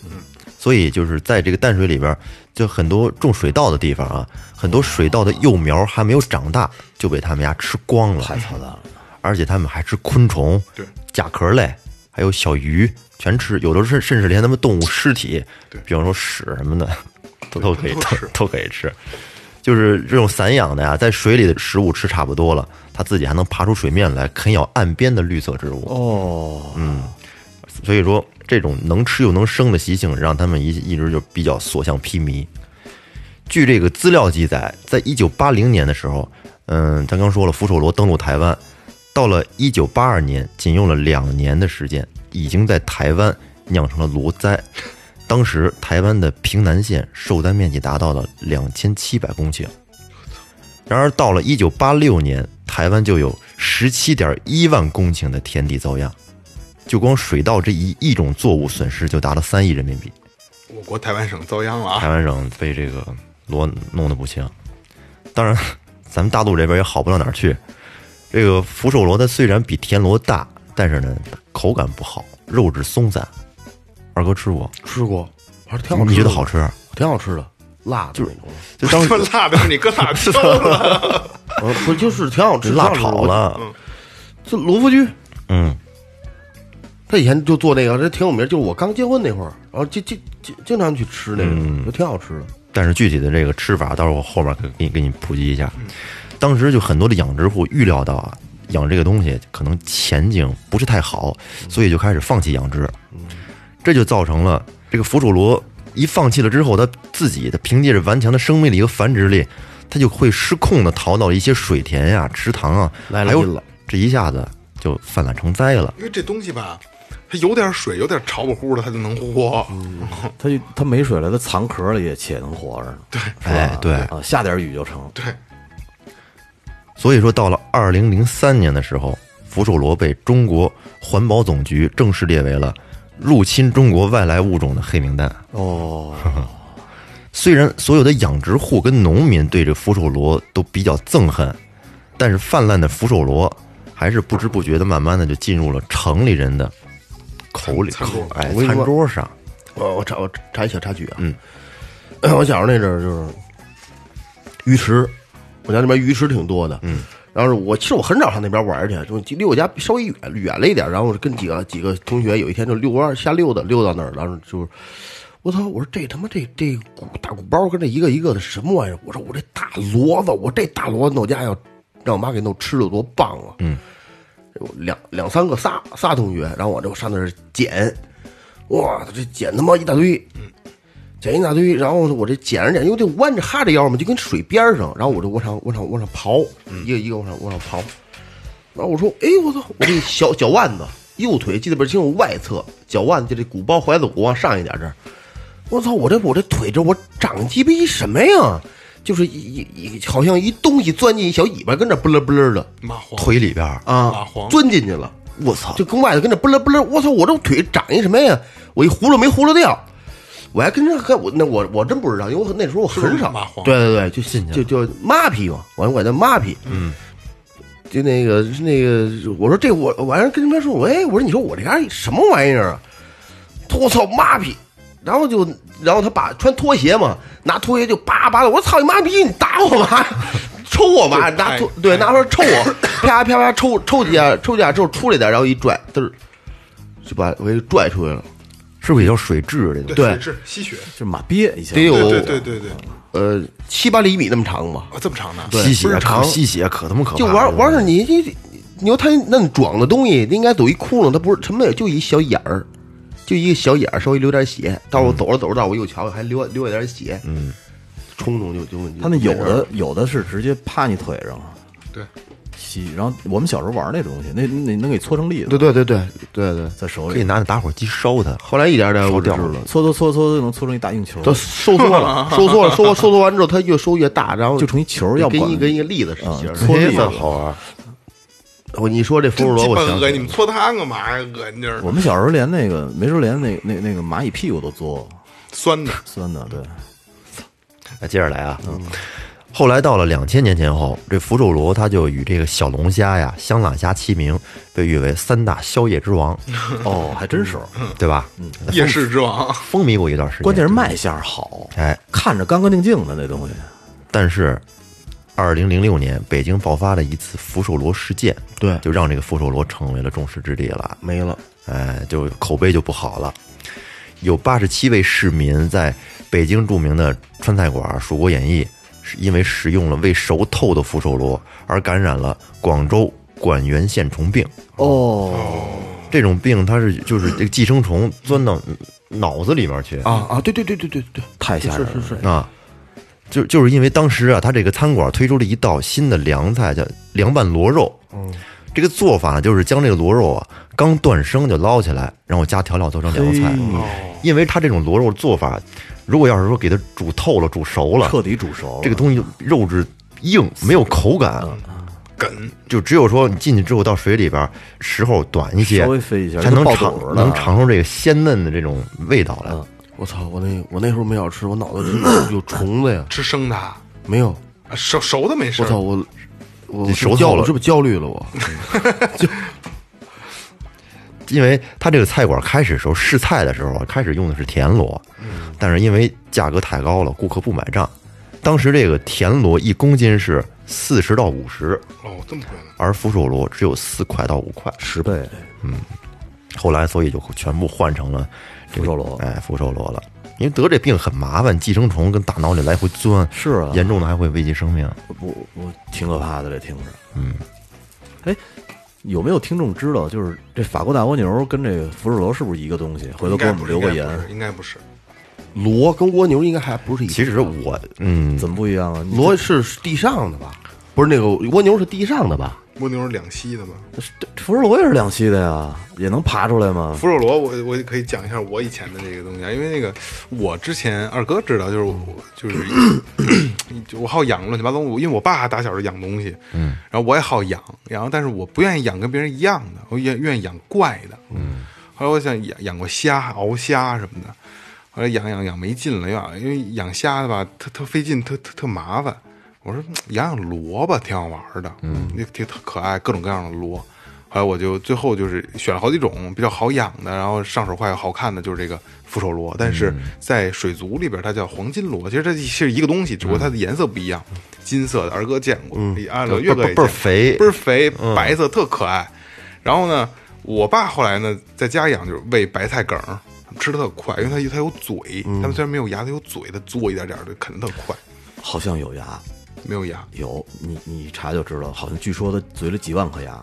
所以就是在这个淡水里边，就很多种水稻的地方啊，很多水稻的幼苗还没有长大，就被他们家吃光了。太操蛋了！而且他们还吃昆虫，对，甲壳类，还有小鱼，全吃。有的甚甚至连他们动物尸体，对比方说屎什么的，都都可以都都 吃都可以吃。就是这种散养的呀，在水里的食物吃差不多了，它自己还能爬出水面来啃咬岸边的绿色植物。嗯哦，所以说，这种能吃又能生的习性，让他们一一直就比较所向披靡。据这个资料记载，在一九八零年的时候，嗯，咱刚说了，福寿螺登陆台湾，到了一九八二年，仅用了两年的时间，已经在台湾酿成了螺灾。当时台湾的平南县受灾面积达到了两千七百公顷。然而，到了一九八六年，台湾就有十七点一万公顷的田地遭殃。就光水稻这一一种作物损失就达到三亿人民币，我国台湾省遭殃了台啊！湾省被这个罗弄得不轻。当然，咱们大陆这边也好不到哪儿去。这个福寿螺它虽然比田螺大，但是呢，口感不好，肉质松散。二哥吃过，吃过，还是挺好吃的，你觉得好吃？啊挺好吃的，辣的那种。就当他妈辣的你搁哪吃了？呃，不就是挺好吃，辣挺好吃炒的。了，这罗福居嗯，他以前就做那个，这挺有名。就是我刚结婚那会儿，然后经经经经常去吃那嗯个，就挺好吃的。但是具体的这个吃法，到时候我后面给给你给你普及一下。嗯当时就很多的养殖户预料到啊，养这个东西可能前景不是太好，所以就开始放弃养殖。嗯这就造成了这个福寿螺一放弃了之后，它自己它凭借着顽强的生命力和繁殖力，它就会失控的逃到一些水田呀、池塘啊，来了还劲有了这一下子就泛滥成灾了。因为这东西吧，它有点水，有点潮不乎的，它就能活。它就它没水了，它藏壳里也且能活着呢。对，哎，对，啊，下点雨就成。对，所以说，到了二零零三年的时候，福寿螺被中国环保总局正式列为了入侵中国外来物种的黑名单。哦， 虽然所有的养殖户跟农民对这福寿螺都比较憎恨，但是泛滥的福寿螺还是不知不觉的，慢慢的就进入了城里人的口里，哎，我跟你餐说桌上。我我插我插一小插曲啊，嗯， 我小时候那阵儿就是鱼池，我家那边鱼池挺多的，嗯，然后我其实我很少上那边玩儿去，就离我家稍微远远了一点，然后我跟几个几个同学有一天就遛弯儿瞎溜达，溜到那儿，然后就是。我操！我说这他妈这这鼓大鼓包跟这一个一个的什么玩意儿？我说我这大骡子，我这大骡子弄家要让我妈给弄吃了多棒啊！嗯，两两三个仨仨同学，然后我就上那儿捡，哇，这捡他妈一大堆，捡一大堆，然后我这捡着捡，因为这弯着哈着腰嘛，就跟水边儿上，然后我就往上往上往上刨，一个一个往上往上刨，然后我说，哎，我操，我这小脚腕子，右腿记得倍儿清楚，外侧脚腕子就这骨包踝子骨往上一点这儿，我操，我这我这腿这我长鸡巴一什么呀？就是一一一好像一东西钻进一小尾巴，跟那不楞不楞的蚂蟥腿里边儿啊蚂蟥，钻进去了。我操！就跟外头跟着不楞不楞，我操，我这腿长一什么呀？我一葫芦没葫芦掉，我还跟着还我那我我真不知道，因为我那时候我很少是蚂蟥对对对，就进去就就马屁嘛，我管叫马屁，嗯，就那个那个，我说这我晚上跟他们说，我哎，我说你说我这玩意儿什么玩意儿啊？我操妈逼！然后就，然后他把穿拖鞋嘛，拿拖鞋就叭叭的，我操你妈逼！你打我妈，抽我妈，就拿拍拖对拿出来抽我，啪啪啪抽抽几下，抽几下之后出来点，然后一拽，嘚儿就把我给拽出去了。是不是也叫水蛭？这个对是吸血，就是马鳖以前得有对对对对对，呃七八厘米那么长吧，啊，这么长呢？对吸不血是可长吸血可他妈可怕就了玩玩上你你你说他那装的东西，应该走一窟窿，它不是什么也就一小眼儿，就一个小眼儿，稍微流点血。到时候走着走着到我右瞧还流流一点血，嗯，冲动就就他们有的有的是直接趴你腿上对，吸，然后我们小时候玩那种东西，那那能给搓成粒对子，对对对对对。在手可以里拿那打火机烧它，后来一点点我知道了，搓搓搓搓就能搓成一大硬球，它收缩 了，收缩了，收缩收缩完之后，它越收越大，然后就成一球，要不跟管一跟一个栗子似嗯啊的。哎搓粒子。玩。我你说这福寿真螺，鸡我巴想恶心！你们搓它干嘛呀？恶心劲儿我，们小时候连那个没时候连那那那个蚂蚁屁股都嘬，酸的。酸的，对，那接着来啊，后来到了两千年前后，这福寿螺它就与这个小龙虾呀、香辣虾齐名，被誉为三大宵夜之王，哦，还真是， 对吧？夜市之王，风靡过一段时间。关键是卖相好，嗯哎，看着干干净净的那东西，但是二零零六年北京爆发了一次福寿螺事件，对就让这个福寿螺成为了众矢之的了。没了，哎，就口碑就不好了。有八十七位市民在北京著名的川菜馆《蜀国演义》，是因为食用了未熟透的福寿螺，而感染了广州管源线虫病。哦，这种病它是就是这个寄生虫钻到脑子里面去啊啊！对对对对对对，太吓人了，是是是啊，就就是因为当时啊，他这个餐馆推出了一道新的凉菜，叫凉拌螺肉。嗯，这个做法就是将这个螺肉啊刚断生就捞起来，然后加调料做成凉菜。嗯因为它这种螺肉做法，如果要是说给它煮透了、煮熟了，彻底煮熟了，这个东西肉质硬，没有口感，嗯梗就只有说你进去之后到水里边时候短一些，稍微飞一下才能就爆尝肚了嗯能尝出这个鲜嫩的这种味道来。我操！我那我那时候没少吃，我脑子里有虫子呀，吃生的啊，没有。啊熟熟的没事我儿。操！我我你是熟焦透了我是不是焦虑了？我因为他这个菜馆开始的时候试菜的时候啊，开始用的是田螺，但是因为价格太高了，顾客不买账。当时这个田螺一公斤是四十到五十，哦，这么贵呢？而福寿螺只有四块到五块。十倍，后来所以就全部换成了这个福寿螺哎，福寿螺了。因为得这病很麻烦，寄生虫跟大脑里来回钻，是啊严重的还会危及生命。我我挺可怕的，这听着，嗯，哎。有没有听众知道，就是这法国大蜗牛跟这个福寿螺是不是一个东西？回头应给该我不们是留个应该言不，是应该不是。螺跟蜗牛应该还不是一个其实我嗯，怎么不一样啊？你螺是地上的吧？不是那个蜗牛是地上的吧？蜗牛是两栖的嘛？这福寿螺也是两栖的呀，也能爬出来吗？福寿螺，我我可以讲一下我以前的这个东西啊，因为那个我之前二哥知道，就是我就是 就我好养乱七八糟，我因为我爸打小就养东西，嗯，然后我也好养，然后但是我不愿意养跟别人一样的，我愿愿意养怪的，嗯。后来我想养养过虾，熬虾什么的，后来养养养没劲了，养因为养虾的吧，特特费劲，特特特麻烦。我说嗯养养萝卜挺好玩的，嗯，那挺特可爱，各种各样的萝。后来我就最后就是选了好几种比较好养的，然后上手快又好看的，就是这个福寿螺。但是在水族里边，它叫黄金螺，其实它是一个东西，只不过它的颜色不一样，金色的。二哥见过，啊，老岳哥也见倍过儿肥倍儿肥，白色特可爱。然后呢，我爸后来呢在家养就是喂白菜梗儿，吃的特快，因为它它有嘴，嗯它们虽然没有牙，它有嘴，它嘬一点点儿就啃的特快，好像有牙，没有牙，有你你一查就知道，好像据说他嘴里几万颗牙，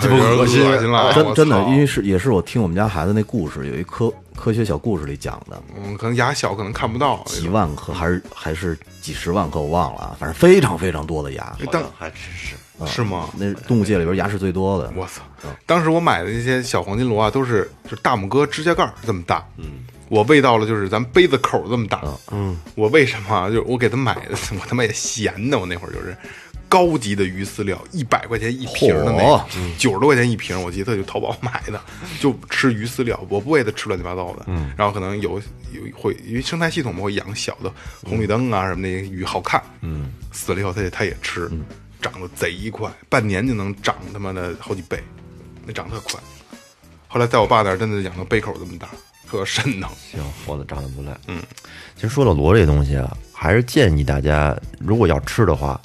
这不恶心恶心了，真哎我真的，操因为是也是我听我们家孩子那故事，有一科科学小故事里讲的，嗯，可能牙小，可能看不到。几万颗还是还是几十万颗，我忘了啊，反正非常非常多的牙，当还真是啊是吗？那是动物界里边牙是最多的。我操！啊当时我买的那些小黄金螺啊，都是就是大拇哥指甲盖儿这么大，嗯，我喂到了就是咱杯子口儿这么大，啊嗯，我为什么啊就是我给他买的， 我他妈也闲的，我那会儿就是高级的鱼饲料，一百块钱一瓶儿的那嚯个，嗯九十多块钱一瓶，我记得就淘宝买的， 就吃鱼饲料，我不喂它吃乱七八糟的，嗯，然后可能有有会因为生态系统嘛，会养小的红绿灯啊什么那些鱼好看，嗯，死了以后它也它也吃，长得贼快，半年就能长他妈的好几倍，那长得特快。后来在我爸那儿真的养到杯口这么大，特瘆疼。行，活的长得不赖。嗯，其实说到螺这东西啊，还是建议大家，如果要吃的话，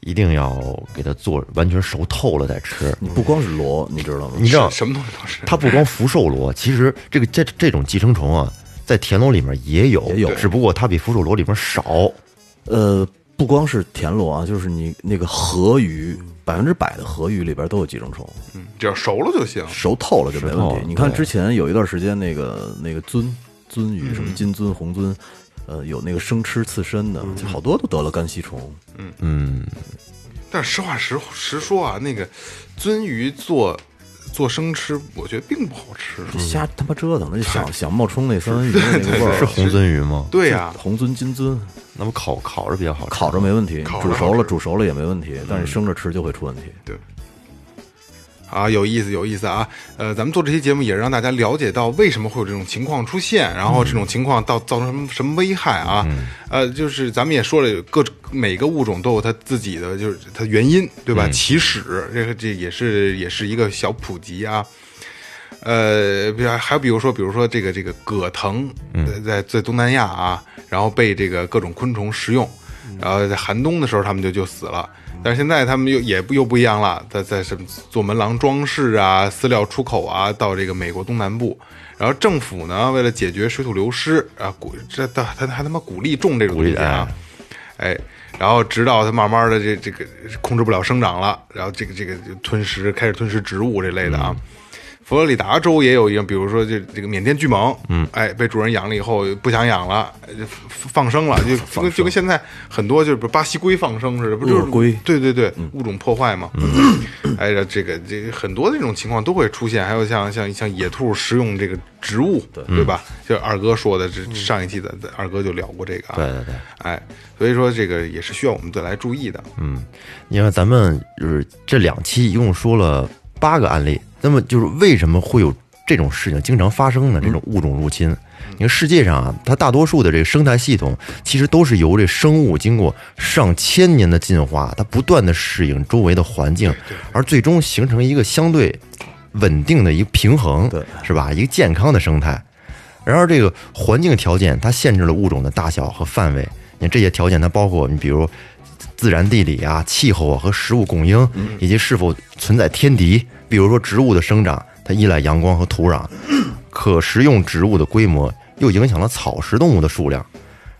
一定要给它做完全熟透了再吃。你不光是螺，你知道吗？你知道，什么东西都是。它不光福寿螺，其实这个这这种寄生虫啊，在田螺里面也有，也有只不过它比福寿螺里面少。呃，不光是田螺啊，就是你那个河鱼，百分之百的河鱼里边都有寄生虫，嗯只要熟了就行。熟透了就没熟透问了题。你看对之前有一段时间那个那个鳟鳟鱼，什么金鳟、红鳟，呃，有那个生吃刺身的，就好多都得了肝吸虫。嗯，但实话实实说啊，那个鳟鱼做做生吃，我觉得并不好吃。瞎他妈折腾，那就想想冒充那三文鱼的那个 味儿，是红鳟鱼吗？对啊呀、红鳟、金鳟，那不烤烤着比较好吃。烤着没问题烤，着煮好熟了吃煮熟了也没问题，但是生着吃就会出问题。对。啊，有意思，有意思啊！呃，咱们做这期节目也让大家了解到为什么会有这种情况出现，然后这种情况到造成什么什么危害啊？呃，就是咱们也说了，有各种每个物种都有它自己的就是它原因，对吧？起始这个这也是也是一个小普及啊。呃，比如还比如说，比如说这个这个葛藤，嗯呃在在东南亚啊，然后被这个各种昆虫食用，然后在寒冬的时候他们就就死了。嗯但是现在他们又也不又不一样了，在在什么做门廊装饰啊、饲料出口啊，到这个美国东南部。然后政府呢，为了解决水土流失啊，鼓这他他他他妈鼓励种这种鼓东励西啊，哎，然后直到它慢慢的这这个控制不了生长了，然后这个这个就吞食开始吞食植物这类的啊。佛罗里达州也有一个，比如说这这个缅甸巨蟒，嗯，哎，被主人养了以后不想养了，呃就放放生了，就就跟就跟现在很多就是巴西龟放生似的，不就是鳄龟对对对，物种破坏嘛。哎呀，这个这个很多这种情况都会出现，还有像像像野兔食用这个植物，对嗯吧？就二哥说的，这上一期的二哥就聊过这个啊。对对对，哎，所以说这个也是需要我们再来注意的。嗯，你看咱们就是这两期一共说了八个案例，那么就是为什么会有这种事情经常发生呢？这种物种入侵，你看世界上啊，它大多数的这个生态系统其实都是由这生物经过上千年的进化，它不断的适应周围的环境，而最终形成一个相对稳定的一个平衡，对是吧？一个健康的生态。然而，这个环境条件它限制了物种的大小和范围。你看这些条件，它包括你比如自然地理啊、气候啊和食物供应，以及是否存在天敌。比如说植物的生长，它依赖阳光和土壤；可食用植物的规模又影响了草食动物的数量。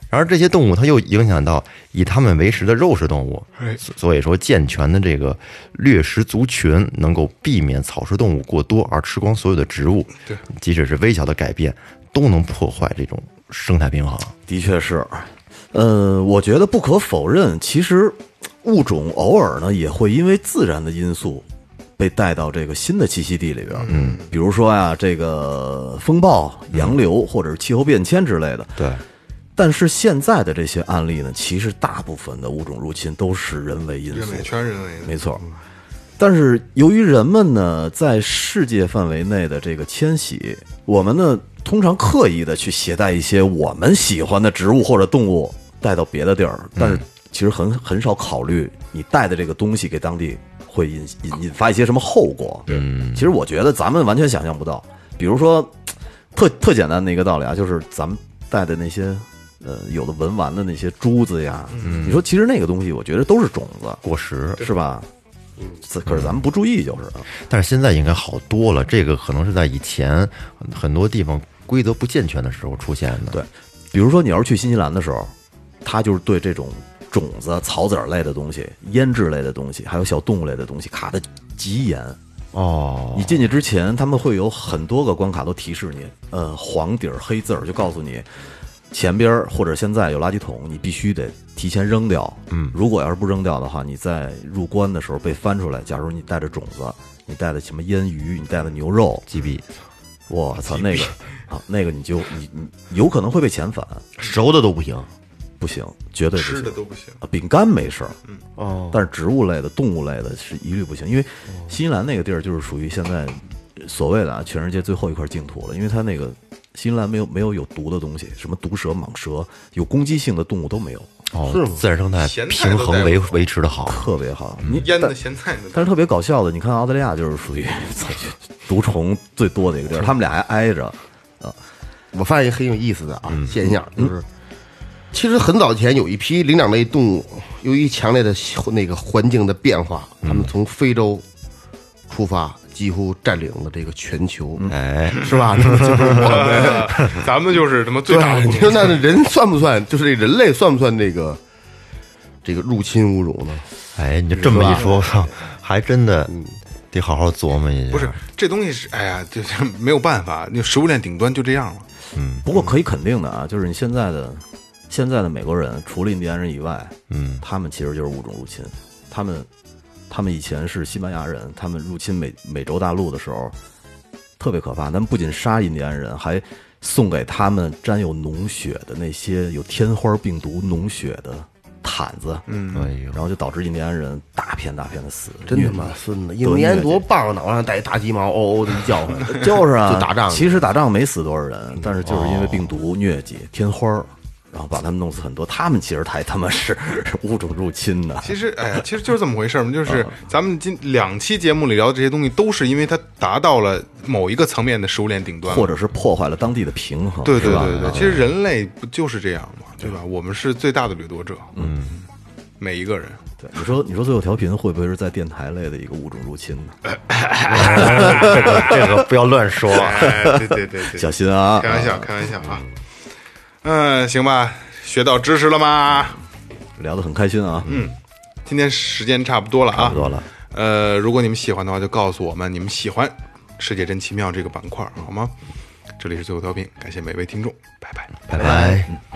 然而，这些动物它又影响到以它们为食的肉食动物，哎，所所以说，健全的这个掠食族群能够避免草食动物过多而吃光所有的植物。对，即使是微小的改变，都能破坏这种生态平衡。的确是，呃，我觉得不可否认，其实物种偶尔呢也会因为自然的因素被带到这个新的栖息地里边。嗯，比如说呀、这个风暴、洋流或者是气候变迁之类的。对，但是现在的这些案例呢，其实大部分的物种入侵都是人为因素人为，全是人为的，没错。但是由于人们呢在世界范围内的这个迁徙，我们呢通常刻意的去携带一些我们喜欢的植物或者动物带到别的地儿，但是其实很很少考虑你带的这个东西给当地会引引引发一些什么后果。对，其实我觉得咱们完全想象不到，比如说特特简单的一个道理啊，就是咱们带的那些。呃，有的文玩的那些珠子呀，你说其实那个东西，我觉得都是种子，果实。是吧？这可是咱们不注意就是啊。但是现在应该好多了，这个可能是在以前很多地方规则不健全的时候出现的。对，比如说你要是去新西兰的时候，他就是对这种种子、草籽儿类的东西、腌制类的东西，还有小动物类的东西卡的极严。哦，你进去之前，他们会有很多个关卡都提示你，呃，黄底儿黑字儿就告诉你，前边儿或者现在有垃圾桶，你必须得提前扔掉。嗯，如果要是不扔掉的话，你在入关的时候被翻出来，假如你带着种子，你带的什么腌鱼，你带的牛肉，击毙，我操那个啊，那个你就你你有可能会被遣返，熟的都不行。不行，绝对不吃的行。都不行。啊，饼干没事儿，哦，但是植物类的、动物类的是一律不行，因为新西兰那个地儿就是属于现在所谓的啊全世界最后一块净土了，因为它那个新西兰没有没有有毒的东西，什么毒蛇、蟒蛇，有攻击性的动物都没有，哦，自然生态咸菜平都带衡维不走维持的好。特别好。你腌但的咸菜的，但是特别搞笑的，你看澳大利亚就是属于 操毒虫最多的一个地儿，他们俩还挨着。我发现一个很有意思的啊、嗯现象，就是其实很早前有一批灵长类动物，由于强烈的那个环境的变化，它嗯们从非洲出发，几乎占领了这个全球，嗯哎，是 吧？就是呃咱们就是什么最大的对，公你司说那人算不算？就是这人类算不算这个这个入侵侮辱呢？哎，你就这么一说， 我操，还真的得好好琢磨一下。嗯不是，这东西是，哎呀，就是没有办法，那食物链顶端就这样了。不过可以肯定的啊，就是你现在的现在的美国人，除了印第安人以外，嗯，他们其实就是物种入侵。他们他们以前是西班牙人，他们入侵美美洲大陆的时候特别可怕，他们不仅杀印第安人，还送给他们沾有脓血的那些有天花病毒脓血的毯子，嗯，哎 呦，然后就导致印第安人大片大片的死，真虐他待妈孙子！印第安多棒啊，脑袋上戴一大鸡毛，嗷嗷的一叫唤， 就是啊，就打仗去。其实打仗没死多少嗯人，但是就是因为病毒、疟疾、天花儿，然后把他们弄死很多。他们其实才他妈是 是物种入侵的。其实，哎呀，其实就是这么回事儿嘛，就是咱们今两期节目里聊的这些东西，都是因为它达到了某一个层面的食物链顶端，或者是破坏了当地的平衡，啊对对是吧啊嗯对对，其实人类不就是这样吗？对吧？我们是最大的掠夺者，嗯，每一个人。对你说你说最后调频会不会是在电台类的一个物种入侵呢？这个不要乱 说。哎，对对对对，小心啊开！玩笑，开玩笑啊。嗯，行吧，学到知识了吗？聊得很开心啊，嗯，今天时间差不多了啊，差不多了。呃，如果你们喜欢的话，就告诉我们你们喜欢《世界真奇妙》这个板块，好吗？这里是最后调频，感谢每位听众，拜拜。拜拜。